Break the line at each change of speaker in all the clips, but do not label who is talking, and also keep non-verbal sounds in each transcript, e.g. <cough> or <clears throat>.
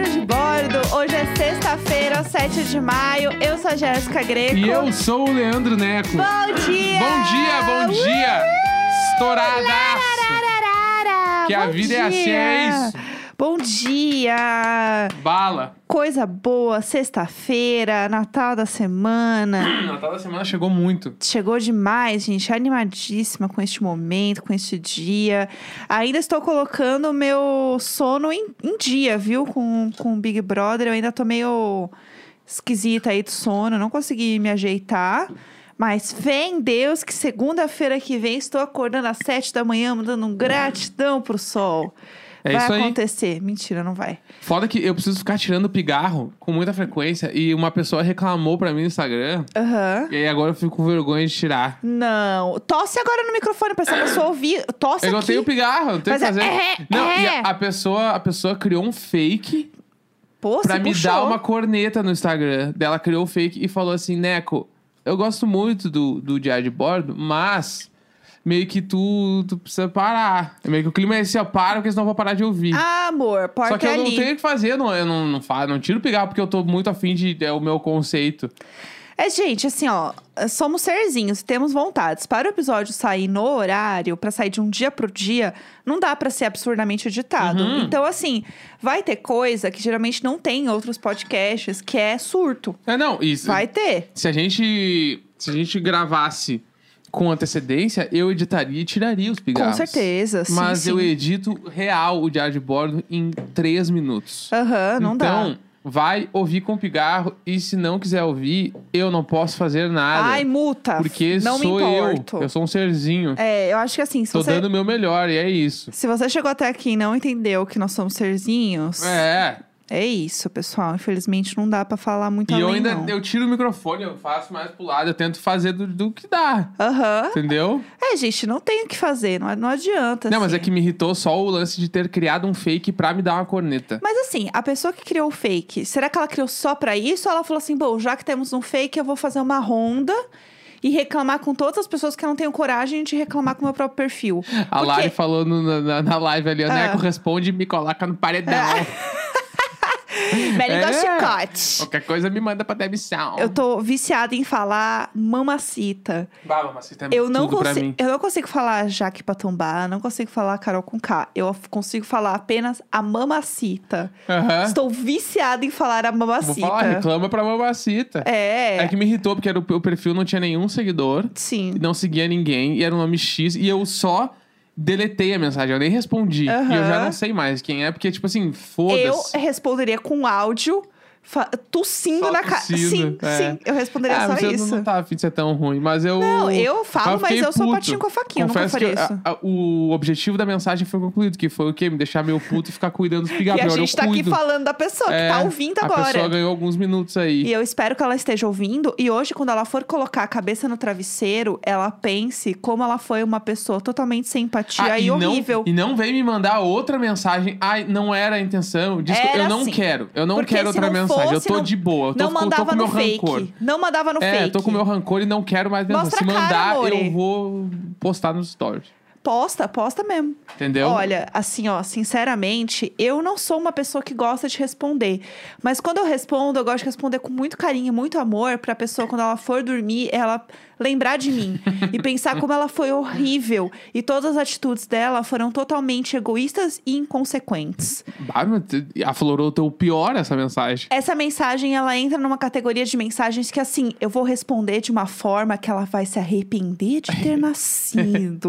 um Hoje é sexta-feira, 7 de maio. Eu sou a Jéssica Greco.
E eu sou o Leandro Neco.
Bom dia!
Bom dia, bom dia! Estouradaço!
Tararara,
Que a
bom
vida é assim,
dia.
é isso.
Bom dia!
Bala!
Coisa boa, sexta-feira, Natal da semana.
Natal da semana chegou muito.
Chegou demais, gente. Animadíssima com este momento, com este dia. Ainda estou colocando o meu sono em, em dia, viu? Com, com o Big Brother. Eu ainda tô meio esquisita aí do sono, não consegui me ajeitar. Mas fé em Deus que segunda-feira que vem estou acordando às sete da manhã, mandando um gratidão pro sol.
É
vai
isso aí.
acontecer. Mentira, não vai.
Foda que eu preciso ficar tirando pigarro com muita frequência e uma pessoa reclamou pra mim no Instagram.
Aham.
E aí agora eu fico com vergonha de tirar.
Não. Tosse agora no microfone pra essa pessoa ouvir. Tosse
eu não
aqui.
tenho pigarro, não tenho o que
Mas
fazer.
é- é,
não, e
é.
a, a pessoa, a pessoa criou um fake
Pô,
pra
se
me
puxou.
dar uma corneta no Instagram. Ela criou o fake e falou assim, Neco, eu gosto muito do, do diário de bordo, mas meio que tu, tu precisa parar. Meio que o clima é esse, ó, para, porque senão eu vou parar de ouvir.
Ah, amor, porta
Só que eu
ali.
não tenho o que fazer, eu não, eu não, não, fa- não tiro pigarro porque eu tô muito afim de. É o meu conceito.
É, gente, assim, ó, somos serzinhos, temos vontades. Para o episódio sair no horário, pra sair de um dia pro dia, não dá pra ser absurdamente editado.
Uhum.
Então, assim, vai ter coisa que geralmente não tem em outros podcasts, que é surto.
É, não, isso.
Vai ter.
Se a gente. Se a gente gravasse com antecedência, eu editaria e tiraria os
Com
pigarros.
certeza, sim,
Mas eu
sim.
edito real o diário de bordo em três minutos.
Aham, Ah, não
então,
dá.
vai ouvir com pigarro e se não quiser ouvir, eu não posso fazer nada.
Ai, multa.
porque
não
sou
me importo.
eu. Eu sou um serzinho.
É, eu acho que assim, se
Tô
você...
dando o meu melhor e é isso.
Se você chegou até aqui e não entendeu que nós somos serzinhos, é,
É.
isso, pessoal. Infelizmente não dá pra falar muito
E eu
além,
ainda
não.
eu tiro o microfone, eu faço mais pro lado, eu tento fazer do, do que dá.
Aham.
Entendeu?
<laughs> É, gente, não tem o que fazer, não, não adianta.
Não, mas
assim.
é que me irritou só o lance de ter criado um fake pra me dar uma corneta.
Mas assim, a pessoa que criou o fake, será que ela criou só pra isso? Ou ela falou assim, bom, já que temos um fake, eu vou fazer uma ronda e reclamar com todas as pessoas que não tenho coragem de reclamar com o meu próprio perfil.
<laughs> A
Porque-
Lari falou no- na, na- na live ali, o
Ah.
Neco responde e me coloca no paredão.
<laughs> Velho igual
É.
chicote.
Qualquer coisa me manda pra demissão.
Eu tô viciada em falar mamacita.
Baba, mas você tá
Eu não,
tudo pra
consi-
mim.
eu não consigo falar Jaque Patumbá, não consigo falar Carol com K. Eu f- consigo falar apenas a mamacita.
Aham.
Estou viciada em falar a
Vou
mamacita.
falar, reclama pra mamacita.
É.
É que me irritou, porque era o, o perfil não tinha nenhum seguidor.
Sim.
e não seguia ninguém, e era um nome X, e eu só deletei a mensagem, eu nem respondi.
Aham.
E eu já não sei mais quem é, porque, tipo assim,
Eu é,
foda-se.
responderia com áudio, fa- tossindo
Só
na cara.
tossindo,
Sim,
é.
sim. Eu responderia
Ah,
só
mas eu não-
isso.
não tava afim de ser tão ruim, mas eu.
Não, eu falo, mas
fiquei
eu sou
puto.
patinho com a faquinha, eu nunca
Confesso que ah,
faria isso.
a- a- o objetivo da mensagem foi concluído, que foi o quê? Me deixar meio puto e ficar cuidando dos
E a
pigarros.
gente tá aqui falando da pessoa que tá ouvindo
É, A pessoa
agora.
ganhou alguns minutos aí.
E eu espero que ela esteja ouvindo. E hoje, quando ela for colocar a cabeça no travesseiro, ela pense como ela foi uma pessoa totalmente sem empatia
Ah,
e,
não-
horrível.
e não vem me mandar outra mensagem. Ai, não era a intenção. Desculpa,
Era
eu não
assim.
quero. Eu não
Porque
quero
se
outra
não
mensagem. eu
fosse,
tô
não-
de boa. Eu tô,
não
com- tô
mandava
com meu
no fake.
rancor.
Não mandava no
É,
fake.
eu tô com meu rancor e não quero mais mensagem.
Mostra
Se
a cara,
mandar,
amore.
eu vou postar nos stories.
Posta, posta mesmo.
Entendeu?
Olha, assim, ó, sinceramente, eu não sou uma pessoa que gosta de responder. Mas quando eu respondo, eu gosto de responder com muito carinho, muito amor, pra pessoa, quando ela for dormir, ela lembrar de mim e pensar como ela foi horrível. E todas as atitudes dela foram totalmente egoístas e inconsequentes.
Bah, mas tu- aflorou o teu pior essa mensagem.
Essa mensagem, ela entra numa categoria de mensagens que, assim, eu vou responder de uma forma que ela vai se arrepender de
<laughs>
ter nascido.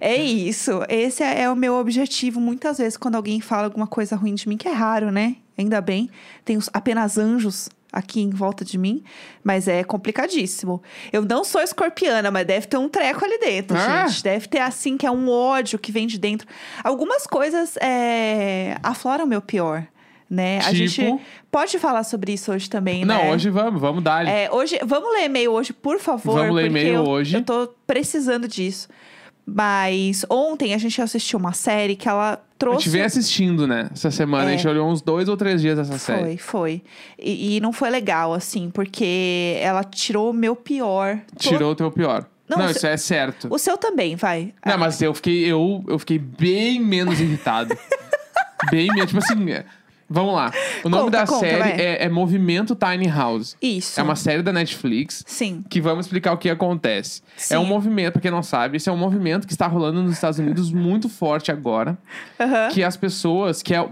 é isso. Esse é é o meu objetivo. Muitas vezes, quando alguém fala alguma coisa ruim de mim, que é raro, né? Ainda bem, tem os- apenas anjos aqui em volta de mim, mas é complicadíssimo. Eu não sou escorpiana, mas deve ter um treco ali dentro,
Ah.
gente. Deve ter assim, que é um ódio que vem de dentro. Algumas coisas é, afloram o meu pior, né? A
Tipo?
gente pode falar sobre isso hoje também,
não,
né?
hoje vamos, vamos dar.
É, hoje, vamos ler e-mail hoje, por favor.
Vamos ler
porque
e-mail
eu-
hoje.
Eu tô precisando disso. Mas ontem a gente assistiu uma série que ela
eu
trouxe.
estive assistindo, né? Essa semana. A gente olhou uns dois ou três dias essa série.
É. Foi, foi. E, e não foi legal, assim, porque ela tirou o meu pior.
Tirou o teu pior.
Não,
Não,
se-
isso é certo.
O seu também, vai.
Não,
<laughs>
mas eu fiquei, eu, eu fiquei bem menos irritado. bem menos. Tipo assim, Vamos lá. O nome
Conta,
da
conta,
série
vai.
é, é Movimento Tiny House.
Isso.
É uma série da Netflix
Sim.
que vamos explicar o que acontece.
Sim.
É um movimento, pra quem não sabe, esse é um movimento que está rolando nos Estados Unidos muito forte agora.
Aham.
Que as pessoas, que é,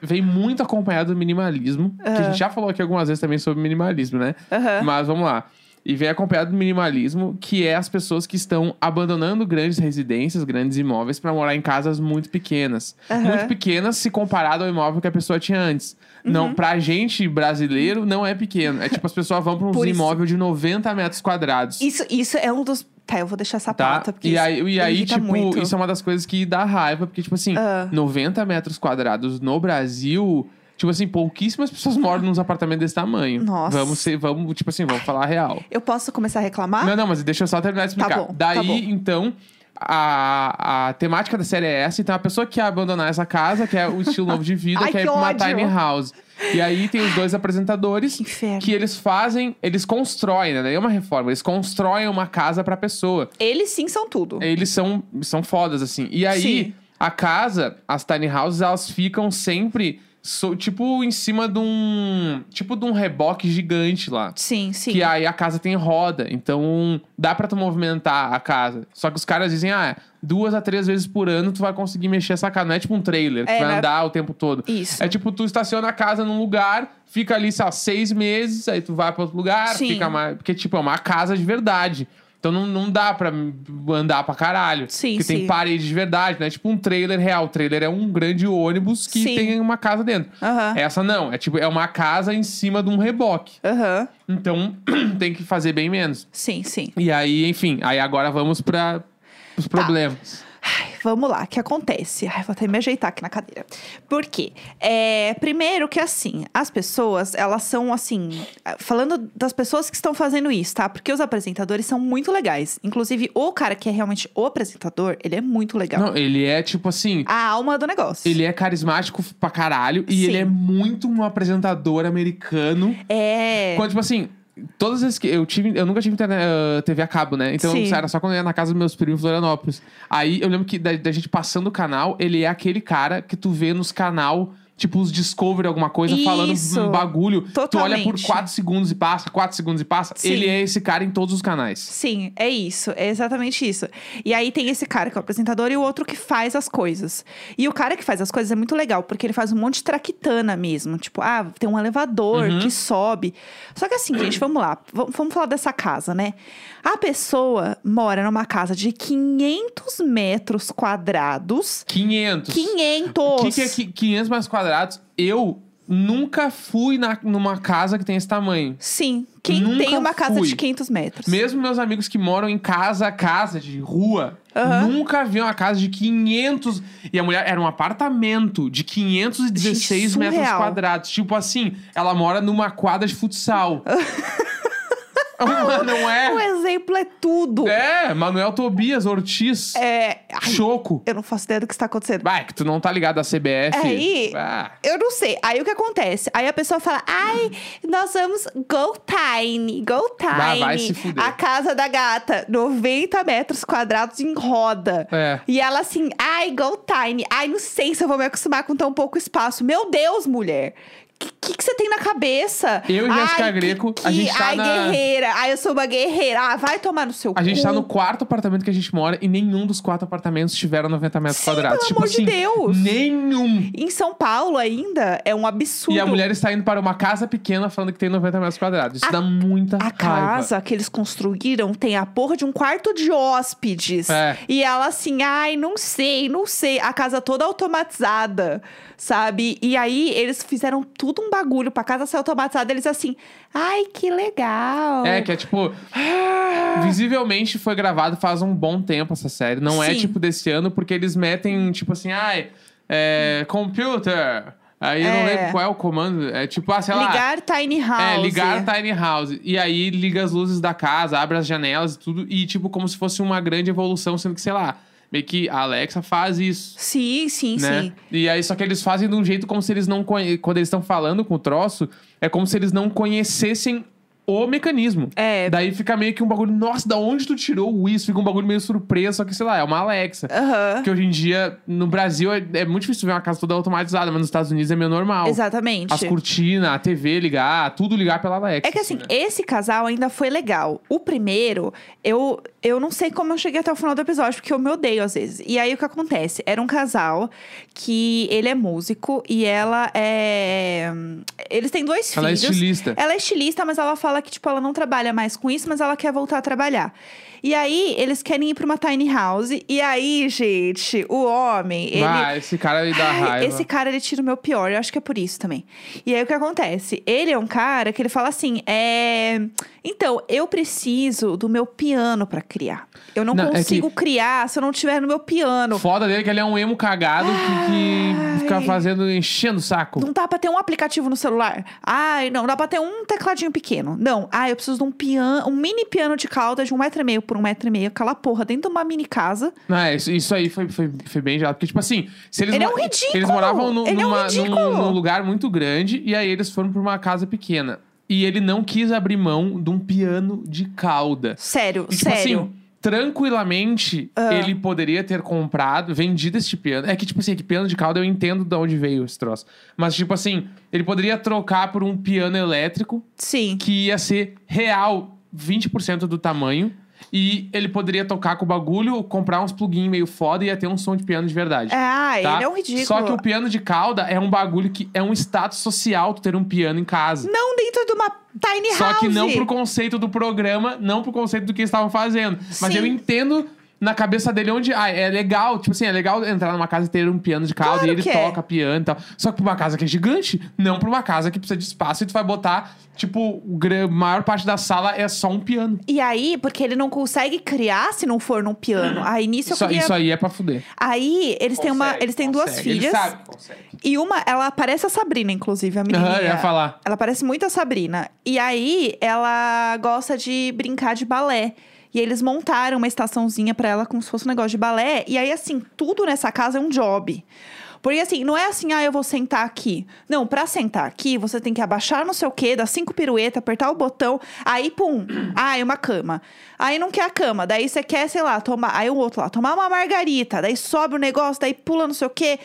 vem muito acompanhado do minimalismo. Que a gente já falou aqui algumas vezes também sobre minimalismo, né?
Aham.
Mas vamos lá. E vem acompanhado do minimalismo, que é as pessoas que estão abandonando grandes residências, grandes imóveis, para morar em casas muito pequenas.
Aham.
Muito pequenas se comparado ao imóvel que a pessoa tinha antes.
Uhum.
Não, pra gente brasileiro, não é pequeno. É tipo, as pessoas
<laughs>
vão pra
Por
um
isso-
imóvel de 90 metros quadrados.
Isso, isso é um dos. Tá, eu vou deixar essa
Tá?
pauta. Porque
E
isso
aí, e aí
irrita
tipo,
muito.
isso é uma das coisas que dá raiva, porque, tipo assim,
Ah.
90 metros quadrados no Brasil, tipo assim, pouquíssimas pessoas moram nos apartamentos desse tamanho.
Nossa.
Vamos ser, vamos, tipo assim, vamos falar a real.
Eu posso começar a reclamar?
Não, não, mas deixa eu só terminar de explicar.
bom, Ah? tá
Daí,
bom.
então, a, a temática da série é essa. Então, a pessoa quer abandonar essa casa, quer o estilo novo de vida,
<laughs> Ai,
quer ir
que
pra uma
ódio.
tiny house. E aí tem os dois apresentadores
Que inferno.
que eles fazem, eles constroem, né? Daí é uma reforma, eles constroem uma casa pra pessoa.
Eles sim são tudo.
Eles são, são fodas, assim. E aí,
Sim.
a casa, as tiny houses, elas ficam sempre, so- tipo, em cima de um... Tipo de um reboque gigante lá.
Sim, sim.
Que aí a casa tem roda, então dá pra tu movimentar a casa. Só que os caras dizem, ah, duas a três vezes por ano tu vai conseguir mexer essa casa. Não é tipo um trailer, que
É,
tu vai
né?
andar o tempo todo.
Isso.
É tipo, tu estaciona a casa num lugar, fica ali, sei lá, seis meses, aí tu vai pra outro lugar,
Sim.
fica mais. Porque, tipo, é uma casa de verdade. Então não, não dá pra andar pra caralho.
Sim,
porque
sim.
tem parede de verdade, não é tipo um trailer real. O trailer é um grande ônibus que
Sim. Ah.
tem uma casa dentro.
Aham.
Essa não, é tipo, é uma casa em cima de um reboque.
Aham.
Então, <clears throat> tem que fazer bem menos.
Sim, sim.
E aí, enfim, aí agora vamos para os
Tá.
problemas.
Ai, vamos lá, o que acontece? Ai, vou até me ajeitar aqui na cadeira. Por quê? É, primeiro que assim, as pessoas, elas são assim, falando das pessoas que estão fazendo isso, tá? Porque os apresentadores são muito legais. Inclusive, o cara que é realmente o apresentador, ele é muito legal.
Não, ele é tipo assim,
A alma do negócio.
ele é carismático pra caralho e
Sim.
ele é muito um apresentador americano.
É.
Quando, tipo assim, todas as vezes que eu tive, eu nunca tive internet, ah, TV a cabo, né? Então,
Sim.
isso era só quando eu ia na casa dos meus primos em Florianópolis. Aí eu lembro que da, da gente passando o canal, ele é aquele cara que tu vê nos canal. Tipo, os Discovery, alguma coisa, falando
Isso.
um bagulho. Tu olha por
Totalmente.
4 segundos e passa, 4 segundos e passa.
Sim.
Ele é esse cara em todos os canais.
Sim, é isso, é exatamente isso. E aí tem esse cara que é o apresentador e o outro que faz as coisas. E o cara que faz as coisas é muito legal, porque ele faz um monte de traquitana mesmo. Tipo, ah, tem um elevador
Uhum.
que sobe. Só que
<clears throat>
assim, gente, vamos lá. v- Vamos falar dessa casa, né? A pessoa mora numa casa de 500 metros quadrados.
500.
500!
O que, que é qui- 500 mais quadrados? Eu nunca fui na, numa casa que tem esse tamanho.
Sim, quem
Nunca
tem uma casa
fui.
de 500 metros?
Mesmo meus amigos que moram em casa, casa de rua,
Aham.
nunca viram uma casa de 500. E a mulher era um apartamento de 516
Gente,
metros
surreal.
quadrados. Tipo assim, ela mora numa quadra
<laughs>
de futsal. Não
O
é?
exemplo é tudo.
É, Manuel Tobias Ortiz.
É, ai,
Choco.
eu não faço ideia do que está acontecendo.
Vai, que tu não tá ligado à CBF.
Aí-
Ah.
Eu não sei. Aí o que acontece? Aí a pessoa fala: ai, nós vamos go tiny, go tiny.
Vai- Ah, vai se fuder.
A casa da gata, 90 metros quadrados em roda.
É.
E ela assim, ai, go tiny. Ai, não sei se eu vou me acostumar com tão pouco espaço. Meu Deus, mulher. O que, que você tem na cabeça?
Eu e
Ai,
Jéssica
que-
Greco,
que,
a gente tá
Ai,
na-
guerreira. Ai, eu sou uma guerreira. Ah, vai tomar no seu
A gente
cu.
tá no quarto apartamento que a gente mora e nenhum dos quatro apartamentos tiveram 90 metros
Sim, pelo
quadrados. tipo
amor de
assim,
Deus.
Nenhum.
Em São Paulo ainda é um absurdo.
E a mulher está indo para uma casa pequena falando que tem 90 metros quadrados. Isso dá muita
A
raiva.
casa que eles construíram tem a porra de um quarto de hóspedes.
É.
E ela assim, ai, não sei, não sei. A casa toda automatizada, sabe? E aí eles fizeram tudo um bagulho pra casa ser automatizada. Eles assim, ai, que legal.
É, que é tipo. "Ah". Visivelmente foi gravado faz um bom tempo essa série. Não é
Sim.
tipo desse ano, porque eles metem, tipo assim, ai, é, computer. Aí eu não
É.
lembro qual é o comando. É tipo, ah, sei lá.
Ligar Tiny House.
É, ligar a tiny house. E aí liga as luzes da casa, abre as janelas e tudo. E tipo, como se fosse uma grande evolução, sendo que, sei lá, meio que a Alexa faz isso.
Sim, sim,
né?
sim.
E aí, só que eles fazem de um jeito como se eles não conhe... Quando eles estão falando com o troço, é como se eles não conhecessem o mecanismo.
É.
Daí fica meio que um bagulho, nossa, da onde tu tirou isso? Fica um bagulho meio surpresa, só que sei lá, é uma Alexa.
Aham.
Que hoje em dia, no Brasil, é, é muito difícil ver uma casa toda automatizada, mas nos Estados Unidos é meio normal.
Exatamente.
As cortinas, a TV ligar, tudo ligar pela Alexa.
É que assim,
né?
esse casal ainda foi legal. O primeiro, eu, eu não sei como eu cheguei até o final do episódio, porque eu me odeio às vezes. E aí o que acontece? Era um casal que ele é músico e ela é. Eles têm dois
Ela é
filhos.
estilista.
Ela é estilista, mas ela fala que, tipo, ela não trabalha mais com isso, mas ela quer voltar a trabalhar. E aí, eles querem ir pra uma tiny house. E aí, gente, o homem, ele.
Ah, esse cara ele dá
Ai,
raiva.
Esse cara, ele tira o meu pior. Eu acho que é por isso também. E aí, o que acontece? Ele é um cara que ele fala assim, é... Então, eu preciso do meu piano pra criar. Eu não,
Não, é
consigo
que-
criar se eu não tiver no meu piano.
Foda dele é que ele é um emo cagado que, que fica
Ai.
fazendo, enchendo o saco.
Não dá pra ter um aplicativo no celular. Ai, não, dá pra ter um tecladinho pequeno. Não, ai, eu preciso de um piano, um mini piano de cauda de um metro e meio por um metro e meio, aquela porra, dentro de uma mini casa.
Não, é, isso, isso aí foi, foi, foi bem gelado. Porque, tipo assim, se eles,
Ele é
mo-
um ridículo!
eles moravam nu-
Ele é um
numa- num,
ridículo!
num lugar muito grande e aí eles foram pra uma casa pequena. E ele não quis abrir mão de um piano de cauda.
Sério,
E, tipo
sério. Ah.
assim, tranquilamente ele poderia ter comprado, vendido este piano. É que, tipo assim, que piano de cauda eu entendo de onde veio esse troço. Mas, tipo assim, ele poderia trocar por um piano elétrico
Sim.
que ia ser real 20% do tamanho. E ele poderia tocar com o bagulho, comprar uns plugins meio foda e ia ter um som de piano de verdade.
Ah,
tá?
ele é um ridículo.
Só que o piano de cauda é um bagulho que é um status social tu ter um piano em casa.
Não dentro de uma tiny house.
Só que não pro conceito do programa, não pro conceito do que eles estavam fazendo. Mas
Sim.
eu entendo na cabeça dele onde ah, é legal, tipo assim, é legal entrar numa casa e ter um piano de casa
Claro
e ele
que é.
toca piano e tal. Só que pra uma casa que é gigante, não pra uma casa que precisa de espaço e tu vai botar, tipo, o gran- maior parte da sala é só um piano.
E aí, porque ele não consegue criar se não for num piano.
Uhum.
Aí nisso
Isso,
eu queria...
isso aí é pra fuder.
Aí eles têm uma, eles têm duas
Consegue,
filhas.
Ele sabe, que consegue.
E uma, ela parece a Sabrina, inclusive, a
Aham,
menininha.
eu ia falar.
Ela parece muito a Sabrina. E aí, ela gosta de brincar de balé. E eles montaram uma estaçãozinha pra ela como se fosse um negócio de balé. E aí, assim, tudo nessa casa é um job. Porque assim, não é assim, ah, eu vou sentar aqui. Não, pra sentar aqui, você tem que abaixar não sei o quê, dar cinco piruetas, apertar o botão, aí pum, <clears throat> ah, é uma cama. Aí não quer a cama, daí você quer, sei lá, tomar, aí o outro lá, tomar uma margarita, daí sobe o negócio, daí pula não sei o
<laughs>
quê.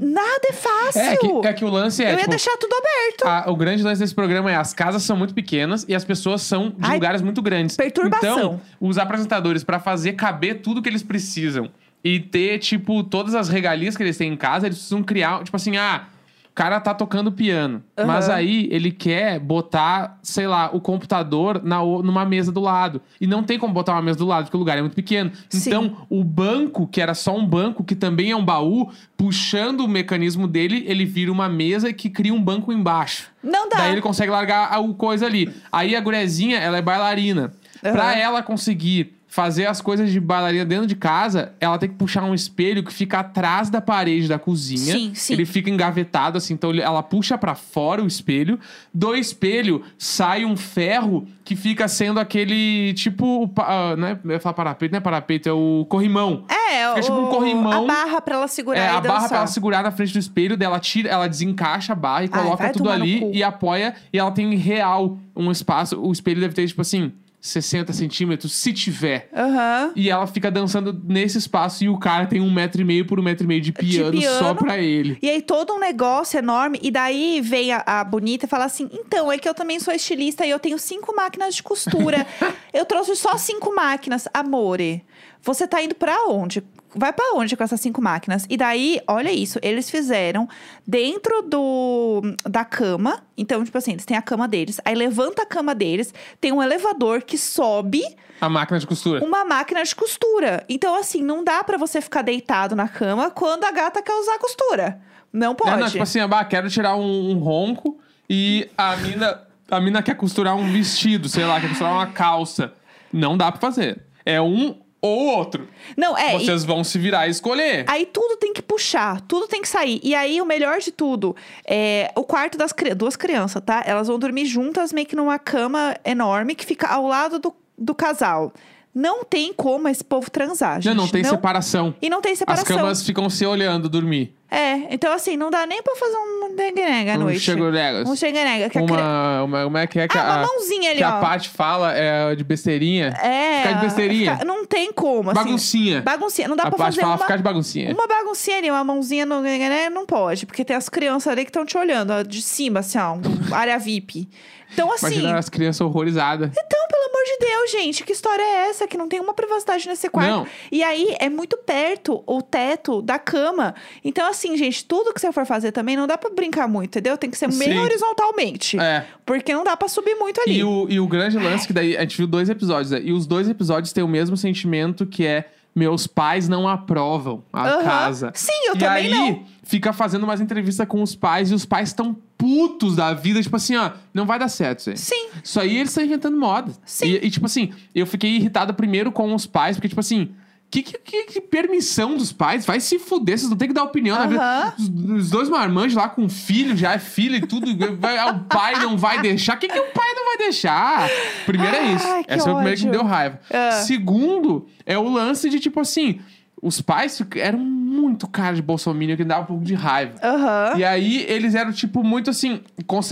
Nada é fácil.
É que, é que o lance é,
eu ia
tipo,
deixar tudo aberto.
A- o grande lance desse programa é as casas são muito pequenas e as pessoas são de
Ai,
lugares muito grandes.
perturbação.
Então, os apresentadores, pra fazer caber tudo que eles precisam e ter, tipo, todas as regalias que eles têm em casa, eles precisam criar, tipo assim, ah. O cara tá tocando piano,
Aham.
mas aí ele quer botar, sei lá, o computador na, o- numa mesa do lado. E não tem como botar uma mesa do lado, porque o lugar é muito pequeno.
Sim.
Então, o banco, que era só um banco, que também é um baú, puxando o mecanismo dele, ele vira uma mesa que cria um banco embaixo.
Não dá.
Daí ele consegue largar a- o coisa ali. Aí a gurezinha, ela é bailarina.
Aham.
Pra ela conseguir fazer as coisas de bailarina dentro de casa, ela tem que puxar um espelho que fica atrás da parede da cozinha.
Sim, sim.
Ele fica engavetado assim, então ele- ela puxa pra fora o espelho. Do espelho sai um ferro que fica sendo aquele tipo, o pa- ah, não é, eu ia falar parapeito, não é parapeito, é o corrimão.
É,
Fica
o,
tipo um corrimão.
a barra pra ela segurar
É,
e
a
dançar.
barra pra ela segurar na frente do espelho, dela tira, ela desencaixa a barra e
Ai,
coloca
vai
tudo
tomar no cu.
ali e apoia. E ela tem real um espaço. O espelho deve ter, tipo assim, 60 centímetros, se tiver.
Aham.
E ela fica dançando nesse espaço e o cara tem um metro e meio por um metro e meio de piano, só
piano.
pra ele.
E aí todo um negócio enorme. E daí vem a, a bonita e fala assim: então, é que eu também sou estilista e eu tenho cinco máquinas de costura.
<laughs>
eu trouxe só cinco máquinas. Amore, você tá indo pra onde? Vai pra onde com essas cinco máquinas? E daí, olha isso, eles fizeram dentro do da cama. Então, tipo assim, eles têm a cama deles, aí levanta a cama deles, tem um elevador que sobe
A máquina de costura.
uma máquina de costura. Então, assim, não dá pra você ficar deitado na cama quando a gata quer usar costura. Não pode.
É, não, tipo assim, ah, bah, quero tirar um, um ronco e a mina, a mina quer costurar um vestido, sei lá, quer costurar uma calça. Não dá pra fazer. É um ou outro.
Não, é. e-
Vocês vão se virar e escolher.
Aí tudo tem que puxar, tudo tem que sair. E aí, o melhor de tudo é o quarto das cri- duas crianças, tá? Elas vão dormir juntas, meio que numa cama enorme que fica ao lado do, do casal. Não tem como esse povo transar, gente.
Não, não tem separação.
E não tem
As
separação.
camas ficam se olhando dormir.
É, então assim, não dá nem pra fazer um dengue à
Um
noite.
chegorega.
Um cheguenega. Que a cri-
Uma, uma. Como é que é que
Ah, uma
a.
mãozinha ali,
Que a
ó.
parte fala é de besteirinha?
É.
ficar de besteirinha.
fica- Não tem como, assim.
baguncinha.
Baguncinha. Não dá
a
pra
parte
fazer
fala
uma...
ficar de baguncinha.
Uma baguncinha ali, uma mãozinha no né, não pode, porque tem as crianças ali que estão te olhando, ó, de cima, assim, ó, um- área VIP. Então, assim,
Imagina as crianças horrorizadas.
então, pelo amor de Deus, gente, que história é essa? Que não tem uma privacidade nesse quarto.
Não.
E aí, é muito perto o teto da cama. Então, assim, gente, tudo que você for fazer também não dá pra brincar muito, entendeu? Tem que ser
Sim.
meio horizontalmente.
É.
Porque não dá pra subir muito ali.
E o, e o grande lance que daí a gente viu dois episódios, né? E os dois episódios têm o mesmo sentimento que é meus pais não aprovam a
Aham.
casa.
Sim, eu
e
também
aí
não.
fica fazendo umas entrevistas com os pais e os pais estão putos da vida, tipo assim, ó, não vai dar certo isso aí.
Sim.
Isso aí eles estão inventando moda.
Sim.
E, e, tipo assim, eu fiquei irritado primeiro com os pais, porque, tipo assim, que, que, que- que permissão dos pais? Vai se fuder, vocês não tem que dar opinião na vida.
Aham.
Os, os dois marmanjos lá com filho, já é filho e tudo. vai- ah, o pai
<laughs>
não vai deixar. O que, que o pai não vai deixar? Primeiro é isso.
Ai, que
Essa foi a primeira que me
ódio.
deu raiva.
Ah.
Segundo, é o lance de, tipo assim, os pais fic- eram muito cara de bolsominion que dava um pouco de raiva.
Aham.
E aí eles eram, tipo, muito assim,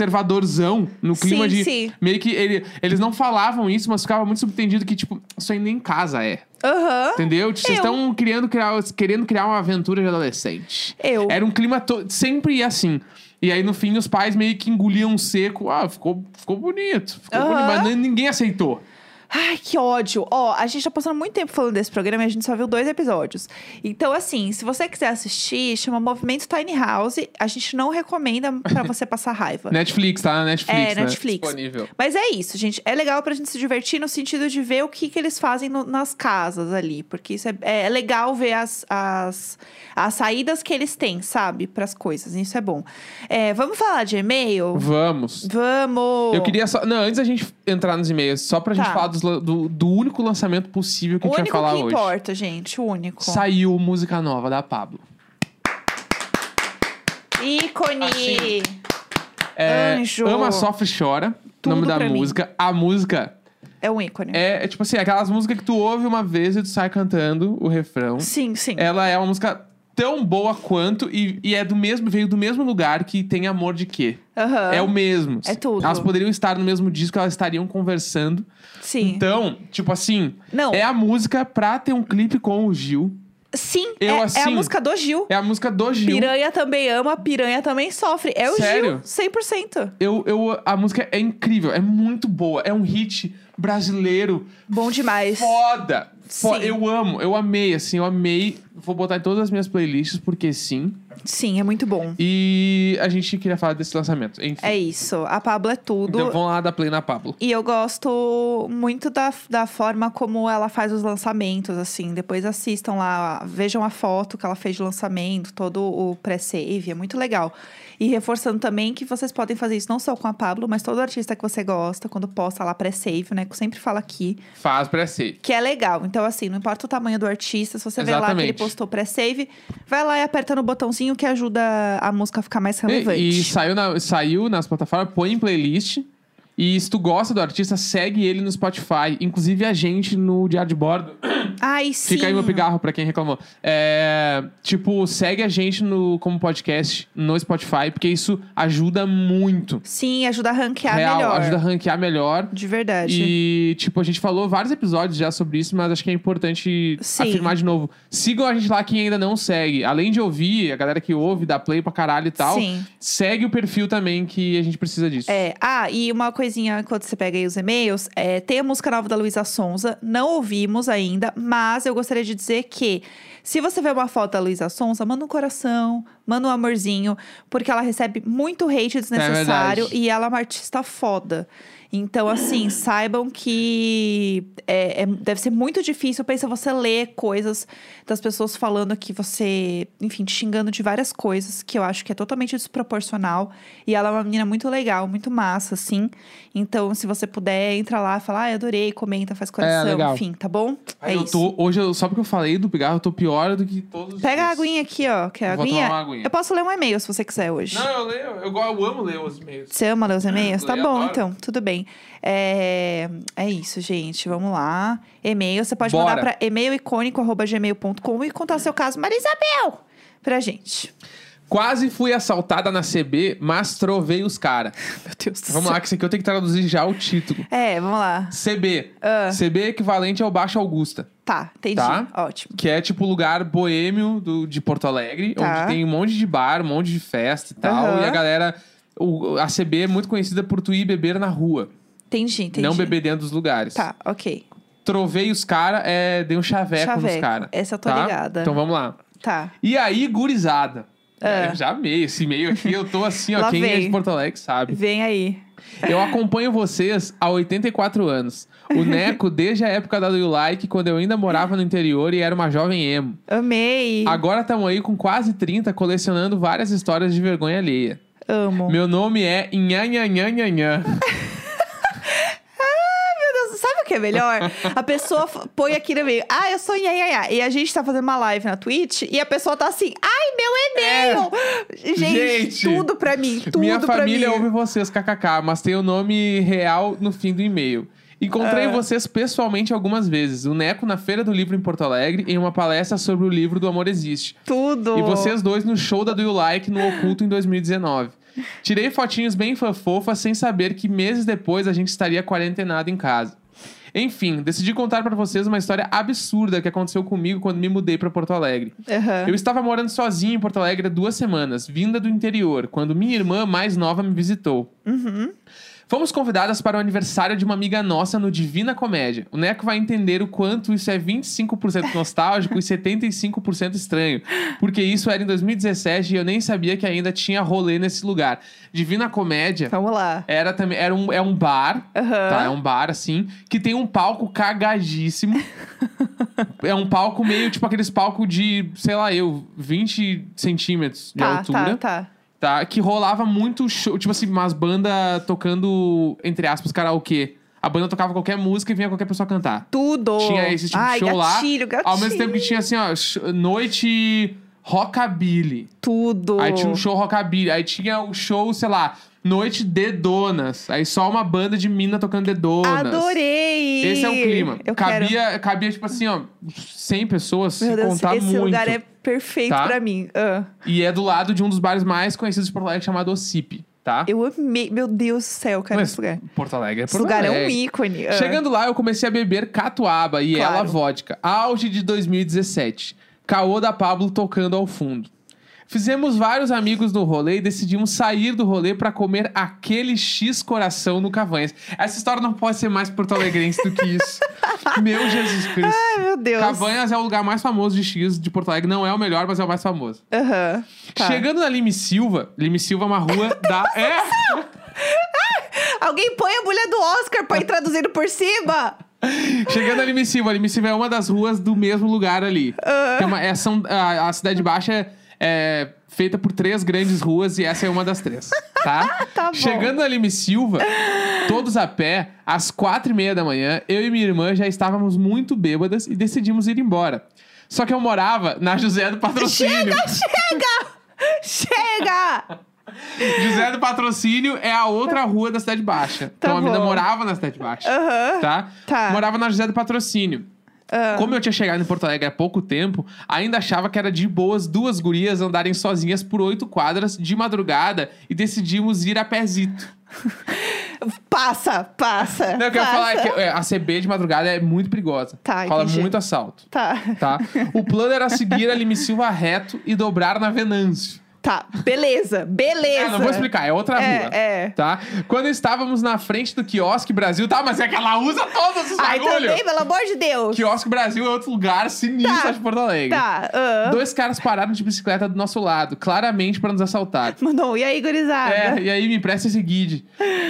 conservadorzão no clima
Sim,
de.
sim.
Meio que ele- eles não falavam isso, mas ficava muito subentendido que, tipo, isso aí nem em casa é.
Aham.
Entendeu? Tipo, Vocês
Eu.
estão criando, criar, querendo criar uma aventura de adolescente.
Eu.
Era um clima to... sempre ia assim. E aí, no fim, os pais meio que engoliam seco. Ah, ficou, ficou bonito. Ficou
Aham.
bonito. Mas nem- ninguém aceitou.
Ai, que ódio. Ó, a gente tá passando muito tempo falando desse programa e a gente só viu dois episódios. Então, assim, se você quiser assistir, chama Movimento Tiny House. A gente não recomenda pra
<laughs>
você passar raiva.
Netflix, tá? Netflix.
É,
né?
Netflix.
Disponível.
Mas é isso, gente. É legal pra gente se divertir no sentido de ver o que, que eles fazem no- nas casas ali. Porque isso é, é legal ver as, as, as saídas que eles têm, sabe? Pras coisas. Isso é bom. É, vamos falar de e-mail?
Vamos.
Vamos!
Eu queria só. Não, antes da gente entrar nos e-mails, só pra gente
Tá.
falar dos lan- do, do único lançamento possível que
O
a gente
único
vai falar
que
hoje.
importa, gente. O único.
Saiu música nova da Pablo.
Ícone!
Assim. É,
Anjo.
Ama, sofre, chora.
Tudo
nome da
pra mim.
música. A música
É um ícone.
é, é tipo assim, aquelas músicas que tu ouve uma vez e tu sai cantando o refrão.
Sim, sim.
Ela um- é uma música tão boa quanto e, e é do mesmo, veio do mesmo lugar que tem amor de quê?
Aham.
É o mesmo.
É tudo.
Elas poderiam estar no mesmo disco, elas estariam conversando.
Sim.
Então, tipo assim,
Não,
é a música pra ter um clipe com o Gil.
sim,
eu
é, é a
assim-
música do Gil.
É a música do Gil.
Piranha também ama, piranha também sofre. É o Gil,
Sério?
100%.
Eu, eu, a música é incrível, é muito boa. É um hit brasileiro.
Bom demais.
Foda! Fo-
Sim.
Eu amo, eu amei, assim, eu amei. Vou botar em todas as minhas playlists, porque sim.
Sim, é muito bom.
E a gente queria falar desse lançamento. Enfim.
É isso. A Pablo é tudo.
Então vamos lá dar play na Pablo.
E eu gosto muito da, da forma como ela faz os lançamentos, assim. Depois assistam lá, vejam a foto que ela fez de lançamento, todo o pré-save, é muito legal. E reforçando também que vocês podem fazer isso não só com a Pablo, mas todo artista que você gosta, quando posta lá pré-save, né? Que eu sempre falo aqui,
Faz pra ser.
que é legal. Então, assim, não importa o tamanho do artista, se você vê lá que ele
Exatamente.
postou pré-save, vai lá e aperta no botãozinho que ajuda a música a ficar mais relevante.
E, e saiu, na- saiu nas plataformas, põe em playlist. E se tu gosta do artista, segue ele no Spotify. Inclusive a gente no Diário de Bordo.
Ai, sim.
Fica aí meu pigarro pra quem reclamou. É, tipo, segue a gente no, como podcast no Spotify, porque isso ajuda muito.
Sim, ajuda a ranquear
Real,
melhor.
ajuda a ranquear melhor.
De verdade.
E, tipo, a gente falou vários episódios já sobre isso, mas acho que é importante
Sim.
afirmar de novo. Sigam a gente lá quem ainda não segue. Além de ouvir, a galera que ouve, dá play pra caralho e tal,
Sim.
segue o perfil também que a gente precisa disso.
É, ah, e uma coisinha enquanto você pega aí os e-mails, é, tem a música nova da Luísa Sonza, não ouvimos ainda, mas eu gostaria de dizer que se você vê uma foto da Luísa Sonza, manda um coração, manda um amorzinho, porque ela recebe muito hate desnecessário
verdade.
e ela é uma artista foda. Então, assim, saibam que é- é- deve ser muito difícil. Pensa você ler coisas das pessoas falando que você, enfim, te xingando de várias coisas, que eu acho que é totalmente desproporcional. E ela é uma menina muito legal, muito massa, assim. Então, se você puder, entra lá, fala, ai, adorei, comenta, faz coração,
legal.
enfim, tá bom?
Aí
é
eu
isso.
tô, hoje, eu, só porque eu falei do pigarro, eu tô pior do que todos os
Pega a
dias.
aguinha aqui, ó. Quer a
Vou
aguinha?
tomar uma ruim.
Eu posso ler um e-mail se você quiser hoje.
Não, eu leio. Eu, go- eu amo ler os e-mails.
Você ama ler os e-mails?
eu
Tá
leio
bom,
agora.
então. Tudo bem. É, é isso, gente. Vamos lá. E-mail. Você pode
Bora.
mandar para e-mailicônico.gmail.com e contar seu caso, Maria Isabel, pra gente. <laughs>
Quase fui assaltada na CB, mas trovei os cara.
Meu Deus do
Vamos
céu.
lá, que isso aqui eu tenho que traduzir já o título.
É, vamos lá.
CB.
Ah.
CB é equivalente ao Baixo Augusta.
Tá, entendi.
Tá.
Ótimo.
Que é tipo o lugar boêmio do, de Porto Alegre,
Tá.
onde tem um monte de bar, um monte de festa e tal.
Aham.
E a galera. o- a CB é muito conhecida por tu ir beber na rua,
Entendi, entendi.
não beber dentro dos lugares.
Tá, ok.
Trovei os caras, é, dei um chaveco, nos
Chaveco.
caras.
Essa eu tô
tá?
ligada.
Então vamos lá.
Tá.
E aí, gurizada?
É.
É, eu já amei esse e-mail aqui, eu tô assim, ó.
<laughs> Lá
quem é de
vem.
Porto Alegre sabe.
Vem aí.
Eu acompanho vocês há 84 anos. O Neco desde a época da Do Like, quando eu ainda morava no interior e era uma jovem emo.
Amei.
Agora estamos aí com quase 30, colecionando várias histórias de vergonha alheia.
Amo.
Meu nome é Nhanhanhanhanhan.
Sabe o que é melhor? A pessoa f- põe aqui no meio, ah, eu sou iaiaia. E a gente tá fazendo uma live na Twitch e a pessoa tá assim, ai, meu e-mail! Gente,
É. Gente,
tudo pra mim, tudo
Minha
pra
família
mim.
ouve vocês, kkk, mas tem o nome real no fim do e-mail.
Ah.
Encontrei vocês pessoalmente algumas vezes. O Neco na Feira do Livro em Porto Alegre, em uma palestra sobre o livro do Amor Existe.
Tudo.
E vocês dois no show da Do You Like no Oculto em 2019. Tirei fotinhos bem fofas sem saber que meses depois a gente estaria quarentenado em casa. Enfim, decidi contar pra vocês uma história absurda que aconteceu comigo quando me mudei pra Porto Alegre.
Aham.
Eu estava morando sozinho em Porto Alegre há duas semanas, vinda do interior, quando minha irmã mais nova me visitou.
Uhum.
Fomos convidadas para o aniversário de uma amiga nossa no Divina Comédia. O Neco vai entender o quanto isso é 25% nostálgico e 75% estranho. Porque isso era em 2017 e eu nem sabia que ainda tinha rolê nesse lugar. Divina Comédia
Vamos lá.
era também era um, é um bar,
Aham.
É. tá? É um bar, assim, que tem um palco cagadíssimo. é um palco meio, tipo, aqueles palcos de, sei lá, eu, 20 centímetros de
Tá, tá,
altura
tá.
tá? Que rolava muito show, tipo assim, umas bandas tocando, entre aspas, karaokê. A banda tocava qualquer música e vinha qualquer pessoa cantar.
Tudo.
Tinha esse tipo de
Oh. ai,
show lá,
gatilho, gatilho.
Ao mesmo tempo que tinha assim, ó, sh- noite rockabilly.
Tudo.
Aí tinha um show rockabilly, aí tinha o show, sei lá, noite de donas. Aí só uma banda de mina tocando de donas.
Adorei!
Esse é o clima.
Eu quero.
cabia, cabia, tipo assim, ó, 100 pessoas,
Meu
se
Deus,
contar
esse
muito.
lugar é perfeito
tá?
pra mim. Ah,
E é do lado de um dos bares mais conhecidos de Porto Alegre, chamado Ocipe, tá?
eu amei. Meu Deus do céu, eu quero
Mas
esse lugar.
Porto Alegre é
Esse
Porto
lugar
Alegre.
é um ícone. Ah.
Chegando lá, eu comecei a beber catuaba e
Claro.
ela vodka. Auge de 2017. Caô da Pablo tocando ao fundo. Fizemos vários amigos no rolê e decidimos sair do rolê pra comer aquele X coração no Cavanhas. Essa história não pode ser mais porto-alegrense do
<laughs>
que isso. Meu Jesus Cristo.
Ai, meu Deus.
Cavanhas é o lugar mais famoso de X de Porto Alegre. Não é o melhor, mas é o mais famoso.
Aham. tá.
Chegando na Lime Silva, Lime Silva é uma rua
<laughs>
da. É!
Alguém põe a mulher do Oscar
<laughs>
pra ir traduzindo por cima?
Chegando ali em cima, ali em cima é uma das ruas do mesmo lugar ali.
Ah.
Que é uma- é, são, a, a Cidade Baixa é, é feita por três grandes ruas e essa é uma das três, tá?
<laughs> Tá bom.
Chegando ali em Silva, todos a pé, às quatro e meia da manhã, eu e minha irmã já estávamos muito bêbadas e decidimos ir embora. Só que eu morava na José do Patrocínio.
Chega! Chega!
José do Patrocínio é a outra rua da Cidade Baixa.
Tá
então a mina
bom.
morava na Cidade Baixa.
Aham.
Tá?
Tá. Ah.
Morava na José do Patrocínio. Como eu tinha chegado em Porto Alegre há pouco tempo, ainda achava que era de boas duas gurias andarem sozinhas por oito quadras de madrugada e decidimos ir a pézito.
Passa, passa.
Não, o que eu ia
passa.
falar é que é, a CB de madrugada é muito perigosa.
Tá,
Rola
entendi.
muito assalto,
Tá,
tá? O plano era seguir a Lime Silva reto e dobrar na Venâncio.
tá. Beleza, beleza.
Ah, não vou explicar, é outra rua.
É, é.
Tá? Quando estávamos na frente do quiosque Brasil, tá? Mas é que ela usa todos os
Ai,
bagulho.
também, pelo amor de Deus.
Quiosque Brasil é outro lugar sinistro
Tá.
de Porto Alegre.
Tá, ah.
Dois caras pararam de bicicleta do nosso lado, claramente pra nos assaltar.
Mandou um, e aí, gurizada?
É, e aí me empresta esse guide.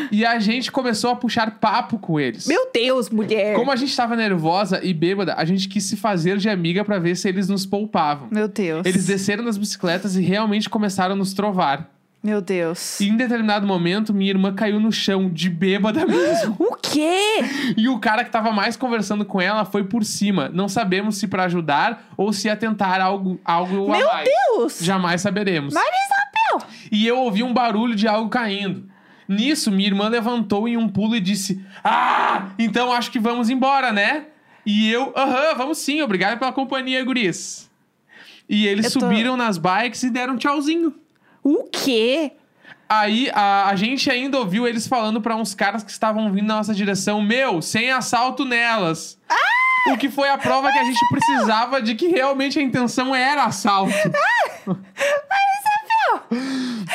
E a gente começou a puxar papo com eles.
Meu Deus, mulher.
Como a gente tava nervosa e bêbada, a gente quis se fazer de amiga pra ver se eles nos poupavam.
Meu Deus.
Eles desceram das bicicletas e realmente começaram a nos trovar.
Meu Deus.
E em determinado momento, minha irmã caiu no chão,
<gasps>
de bêbada mesmo.
O quê?
E o cara que tava mais conversando com ela foi por cima. Não sabemos se pra ajudar ou se atentar algo, algo
Meu
a mais.
Deus!
Jamais saberemos.
Maria Isabel!
E eu ouvi um barulho de algo caindo. Nisso, minha irmã levantou em um pulo e disse: Ah, então acho que vamos embora, né? E eu, aham, vamos sim, obrigado pela companhia, guris. E eles
Eu tô-
subiram nas bikes e deram tchauzinho.
O quê?
Aí a, a gente ainda ouviu eles falando pra uns caras que estavam vindo na nossa direção: Meu, sem assalto nelas. O que foi a prova que a gente precisava de que realmente a intenção era assalto.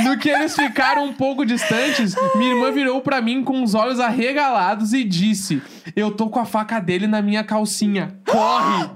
No que eles ficaram um pouco distantes, minha irmã virou pra mim com os olhos arregalados e disse: Eu tô com a faca dele na minha calcinha. Corre!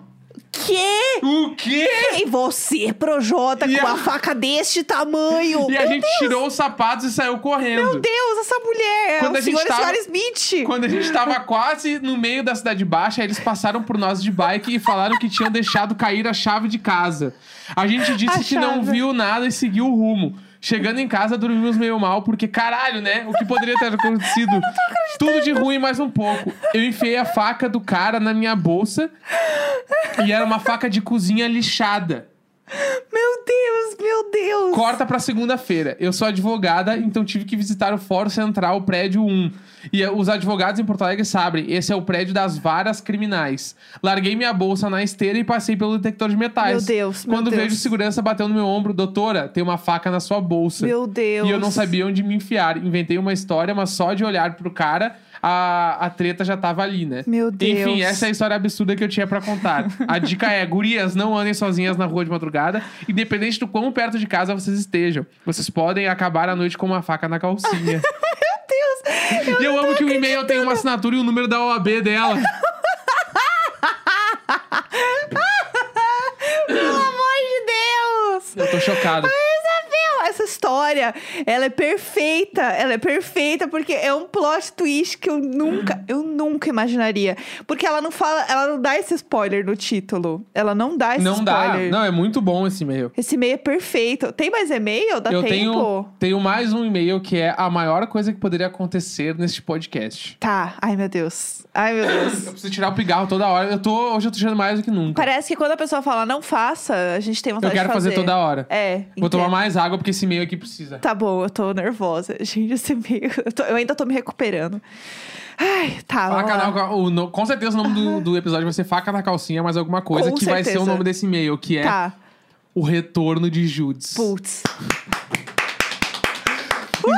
Quê?
o quê?
E você, Projota,
E
com
a-
a faca deste tamanho?
E a gente tirou os sapatos e saiu correndo.
Meu Deus, essa mulher!
Quando
é
a
o
gente
senhor e
tava-
senhora Smith!
Quando a gente <laughs> tava quase no meio da Cidade Baixa, eles passaram por nós de bike e falaram que tinham deixado cair a chave de casa. A gente disse
A
que não
chave.
viu nada e seguiu o rumo. Chegando em casa, dormimos meio mal, porque caralho, né? O que poderia ter <laughs> acontecido? Tudo de ruim, mais um pouco. Eu enfiei a faca do cara na minha bolsa e era uma faca de cozinha lixada.
Meu Deus, meu Deus!
Corta pra segunda-feira. Eu sou advogada, então tive que visitar o Fórum Central, prédio 1. E eh, os advogados em Porto Alegre sabem, esse é o prédio das varas criminais. Larguei minha bolsa na esteira e passei pelo detector de metais.
Meu Deus, meu
Quando
Deus.
vejo segurança bateu no meu ombro, doutora, tem uma faca na sua bolsa.
Meu Deus!
E eu não sabia onde me enfiar. Inventei uma história, mas só de olhar pro cara, a, a treta já tava ali, né?
Meu Deus.
Enfim, essa é a história absurda que eu tinha pra contar. A dica é, gurias, não andem sozinhas na rua de madrugada, independente do quão perto de casa vocês estejam. Vocês podem acabar a noite com uma faca
<laughs>
na calcinha. Meu Deus! E eu amo que o e-mail tem uma assinatura e o número da OAB dela.
Pelo amor de Deus!
Eu
<laughs>
tô chocado.
Isabel, essa história, ela é perfeita, ela é perfeita porque é um plot twist que eu nunca, eu nunca imaginaria, porque ela não fala, ela não dá esse spoiler no título, ela não dá esse
Não dá.
spoiler.
Não, é muito bom esse e-mail.
Esse e-mail é perfeito. Tem mais e-mail? Dá
eu
tempo?
tenho, tenho mais um e-mail que é a maior coisa que poderia acontecer neste podcast.
Tá. Ai, meu Deus. Ai, meu
Eu
Deus.
preciso tirar o pigarro toda hora. Eu tô, hoje eu tô tirando mais do que nunca.
Parece que quando a pessoa fala não faça, a gente tem
eu
vontade
quero
de
fazer.
fazer.
toda hora.
É.
Vou
entendo.
tomar mais água porque esse e-mail aqui precisa.
Tá bom, eu tô nervosa. <laughs> Gente, esse e-mail. Eu, tô- eu ainda tô me recuperando. Ai, tá.
Faca
vamos lá.
na cal- o no- um com certeza o
<laughs>
nome do, do episódio vai ser Faca na Calcinha, mas alguma coisa
Com
que vai ser o
certeza.
nome desse e-mail, que é
Tá.
O Retorno de Judas.
Putz.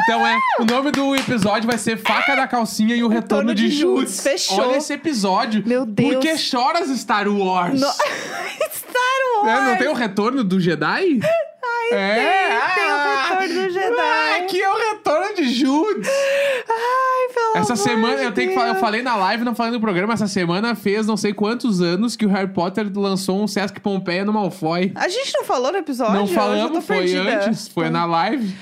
Então é, o nome do episódio vai ser Faca na Calcinha e o Retorno,
Retorno
de,
de
Judas.
Judas, fechou.
Olha esse episódio.
Meu Deus.
Por que choras Star Wars?
No... <laughs> Star
É,
Wars!
não tem o retorno do Jedi? Ai, é.
<laughs> tem, tem o
ah,
retorno do Jedi.
Ah, aqui é o retorno de Judas.
Ai, pelo
Essa
amor
semana,
de
eu tenho que falar, eu
Deus.
falei na live, não falei no programa, essa semana fez não sei quantos anos que o Harry Potter lançou um Sesc Pompeia no Malfoy.
A gente não falou no episódio?
não
Hoje eu tô
falamos, foi
perdida.
antes, foi na live.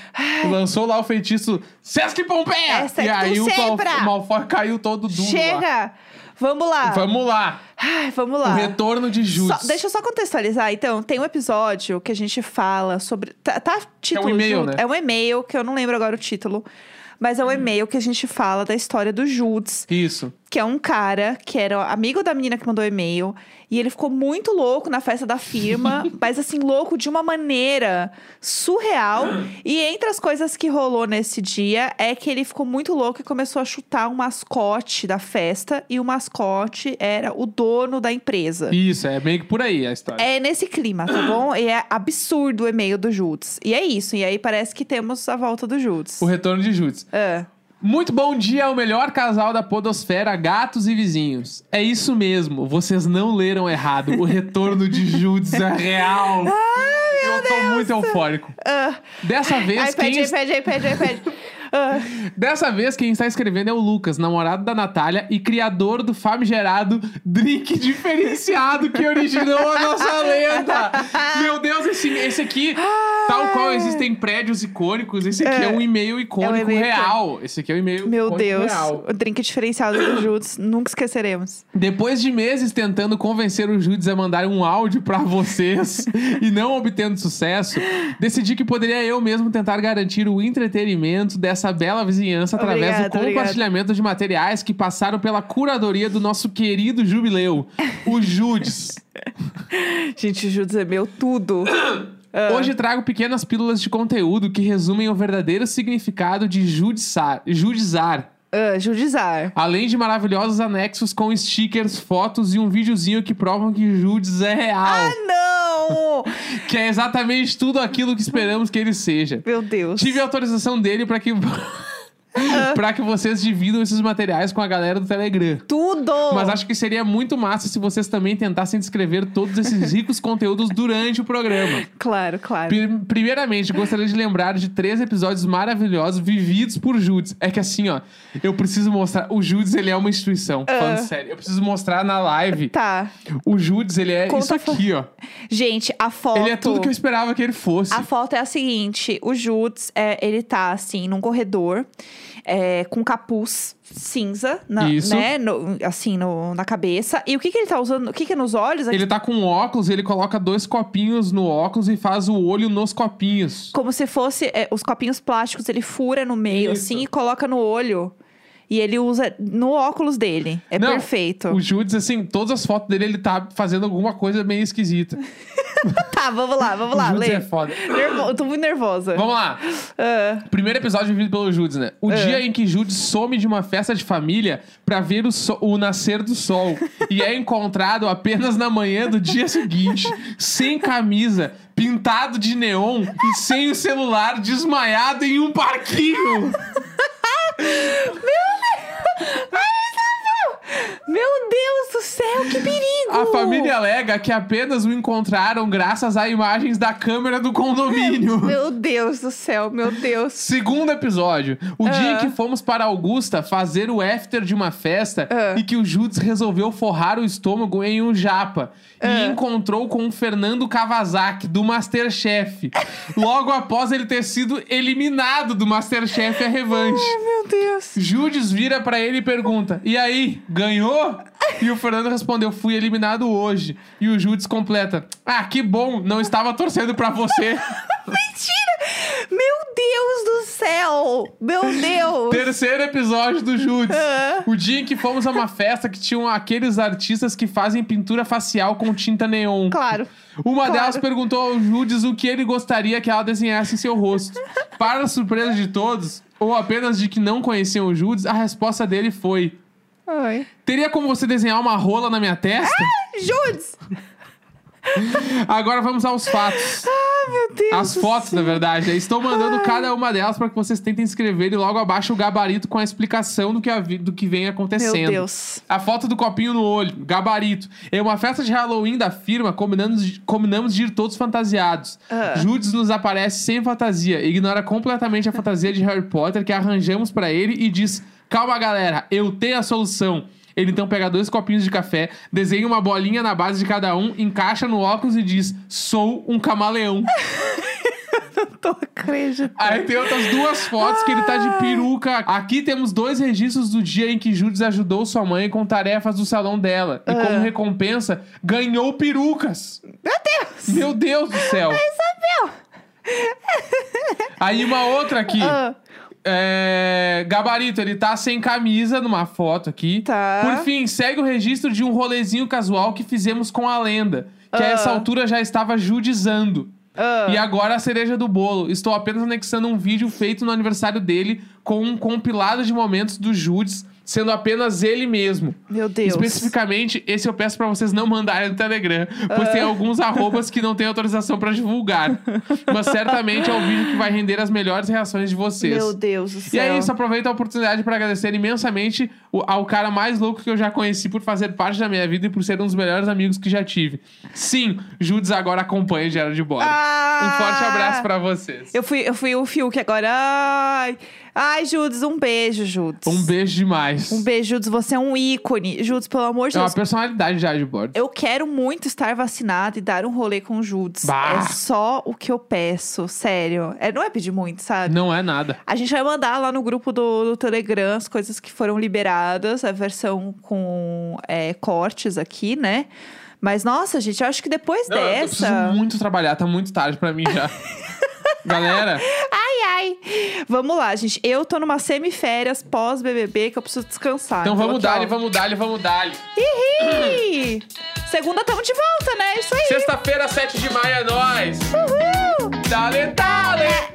Lançou lá o feitiço Sesc Pompeia!
Essa
e
é tu
aí o
sempre.
Malfoy, Malfoy caiu todo duro lá.
Chega! Vamos lá.
Vamos lá,
Ai, vamos
o
lá.
retorno de Judas.
Só- deixa eu só contextualizar, então. Tem um episódio que a gente fala sobre. Tá, tá título.
É e-mail,
junto?
né? Hum.
É um e-mail, que eu não lembro agora o título. Mas é um e-mail que a gente fala da história do Judas,
Isso.
que é um cara que era amigo da menina que mandou o e-mail. E ele ficou muito louco na festa da
<laughs>
firma, mas assim, louco de uma maneira surreal. E entre as coisas que rolou nesse dia é que ele ficou muito louco e começou a chutar um mascote da festa. E o mascote era o dono da empresa.
Isso, é meio que por aí a história.
É nesse clima,
<clears throat>
tá bom? E é absurdo o e-mail do Judas. E é isso. E aí parece que temos a volta do Judas.
O retorno de Judas.
É.
Muito bom dia ao melhor casal da podosfera, gatos e vizinhos. É isso mesmo, vocês não leram errado. O retorno de Judas é real. Eu tô muito eufórico.
Ah.
Dessa vez,
Ai,
quem...
pede, Ah, aí, pede, aí, pede, aí, pede.
<laughs> Dessa vez, quem está escrevendo é o Lucas, namorado da Natália e criador do famigerado Drink <laughs> Diferenciado que originou a nossa lenda. Meu Deus, esse, esse aqui, tal qual existem prédios icônicos, esse aqui é, um e-mail icônico
e-mail
real. Esse aqui é um e-mail
Meu
icônico
Deus,
real.
o drink diferenciado do Judas, nunca esqueceremos.
Depois de meses tentando convencer o Judas a mandar um áudio pra vocês e não obtendo sucesso, decidi que poderia eu mesmo tentar garantir o entretenimento dessa bela vizinhança através do
Obrigada, obrigada.
compartilhamento de materiais que passaram pela curadoria do nosso querido jubileu,
<laughs>
o Judas.
Gente, o Judas é meu tudo. Ah.
Hoje trago pequenas pílulas de conteúdo que resumem o verdadeiro significado de judizar, judizar
Ah, judizar.
Além de maravilhosos anexos com stickers, fotos e um videozinho que provam que Judas é real.
Ah, Não!
Que é exatamente tudo aquilo que esperamos que ele seja.
Meu Deus.
Tive a autorização dele pra que... <laughs> para que vocês dividam esses materiais com a galera do Telegram.
Tudo!
Mas acho que seria muito massa se vocês também tentassem descrever todos esses ricos conteúdos durante o programa.
Claro, claro.
Pri- Primeiramente, gostaria de lembrar de três episódios maravilhosos vividos por Judas. É que assim, ó, eu preciso mostrar. O Judas, ele é uma instituição. Falando sério, eu preciso mostrar na live.
Tá.
O Judas, ele é
Conta
isso
fo-
aqui, ó.
Gente, a foto.
Ele é tudo que eu esperava que ele fosse.
A foto é a seguinte: o Judas, é, ele tá assim, num corredor, é, com capuz cinza, na-
Isso.
né? no- assim, no- na cabeça. E o que, que ele tá usando? O que, que é nos olhos? Aqui,
Ele tá com óculos, ele coloca dois copinhos no óculos e faz o olho nos copinhos.
Como se fosse é, os copinhos plásticos, ele fura no meio,
Isso.
assim, e coloca no olho. E ele usa no óculos dele. É
Não,
perfeito.
O Judas, assim, todas as fotos dele, ele tá fazendo alguma coisa meio esquisita.
Tá, vamos lá, vamos lá,
o Judas
Lê.
é foda.
Nervo- Eu tô muito nervosa.
Vamos lá.
Ah,
Primeiro episódio vivido pelo Judas, né? O
É.
dia em que Judas some de uma festa de família pra ver o, so- o nascer do sol e é encontrado apenas na manhã do dia seguinte, sem camisa, pintado de neon e sem o celular, desmaiado em um parquinho.
meu Deus do céu, que perigo!
A família alega que apenas o encontraram graças a imagens da câmera do condomínio.
Meu Deus do céu, meu Deus.
Segundo episódio, o dia em
Ah.
que fomos para Augusta fazer o after de uma festa
Ah.
e que o Judas resolveu forrar o estômago em um japa e
Ah.
encontrou com o Fernando Kawasaki, do Masterchef, logo após ele ter sido eliminado do Masterchef a revanche.
Ai, meu <laughs> Deus.
Judas vira pra ele e pergunta: E aí, ganhou? E o Fernando respondeu: Fui eliminado hoje. E o Judas completa: Ah, que bom, não estava torcendo pra você.
Mentira! Meu Deus do céu! Meu Deus!
Terceiro episódio do Judas.
Ah.
O dia em que fomos a uma festa que tinham aqueles artistas que fazem pintura facial com tinta neon.
Claro.
Uma
claro.
delas perguntou ao Judas o que ele gostaria que ela desenhasse em seu rosto. Para a surpresa de todos, ou apenas de que não conheciam o Judas, a resposta dele foi:
Ai.
Teria como você desenhar uma rola na minha testa?
Judes!
Agora vamos aos fatos.
Ai, meu Deus.
As
do
fotos,
céu.
na verdade. né? Estou mandando cada uma delas para que vocês tentem escrever e logo abaixo o gabarito com a explicação do que, a vi- do que vem
Meu
acontecendo.
Deus.
A foto do copinho no olho, gabarito. Em uma festa de Halloween da firma, combinamos de, combinamos de ir todos fantasiados.
Ah.
Judas nos aparece sem fantasia, ignora completamente a fantasia de Harry Potter que arranjamos pra ele e diz: Calma, galera, eu tenho a solução. Ele então pega dois copinhos de café, desenha uma bolinha na base de cada um, encaixa no óculos e diz: Sou um camaleão.
Não tô acreditando.
Aí tem outras duas fotos que ele tá de peruca. Aqui temos dois registros do dia em que Judas ajudou sua mãe com tarefas do salão dela. E como recompensa, ganhou perucas.
Ah. Meu Deus! é
Meu Deus do céu.
Isabel!
Aí uma outra aqui.
Ah,
É, Gabarito, ele tá sem camisa numa foto aqui.
Tá.
Por fim, segue o registro de um rolezinho casual que fizemos com a lenda. Que a
Ah.
essa altura já estava judizando.
ah.
E agora a cereja do bolo. Estou apenas anexando um vídeo feito no aniversário dele com um compilado de momentos do Judes, sendo apenas ele mesmo.
Meu Deus.
Especificamente, esse eu peço pra vocês não mandarem no Telegram,
Ah.
pois tem alguns arrobas que não tem autorização pra
<laughs>
divulgar. Mas certamente é o vídeo que vai render as melhores reações de vocês.
Meu Deus do
E
céu.
é isso, aproveito a oportunidade para agradecer imensamente o- ao cara mais louco que eu já conheci por fazer parte da minha vida e por ser um dos melhores amigos que já tive. Sim, Judas agora acompanha Gerard de Bordo.
Ah!
Um forte abraço pra vocês.
Eu fui, eu fui o Fiuk agora. Ai, Ai, Judas, um beijo, Judas.
Um beijo demais.
Um beijo, Judas. Você é um ícone. Judas, pelo amor de
É uma
Deus.
personalidade já de bordo.
Eu quero muito estar vacinado e dar um rolê com o Judas.
Bah.
É só o que eu peço, sério. É, não é pedir muito, sabe?
Não é nada.
A gente vai mandar lá no grupo do, do Telegram as coisas que foram liberadas, a versão com é, cortes aqui, né? Mas, nossa, gente, eu acho que depois
Não, Eu
dessa.
preciso muito trabalhar, tá muito tarde pra mim
<laughs>
já. Galera,
Ai, ai. Vamos lá, gente. Eu tô numa semiférias pós-BBB que eu preciso descansar.
então vamos
aqui, ó.
dar-lhe, vamos dar-lhe, vamos dar-lhe.
Ih! Segunda tamo de volta, né? Isso aí.
Sexta-feira, 7 de maio, é nóis!
Uhul!
Dale, dale!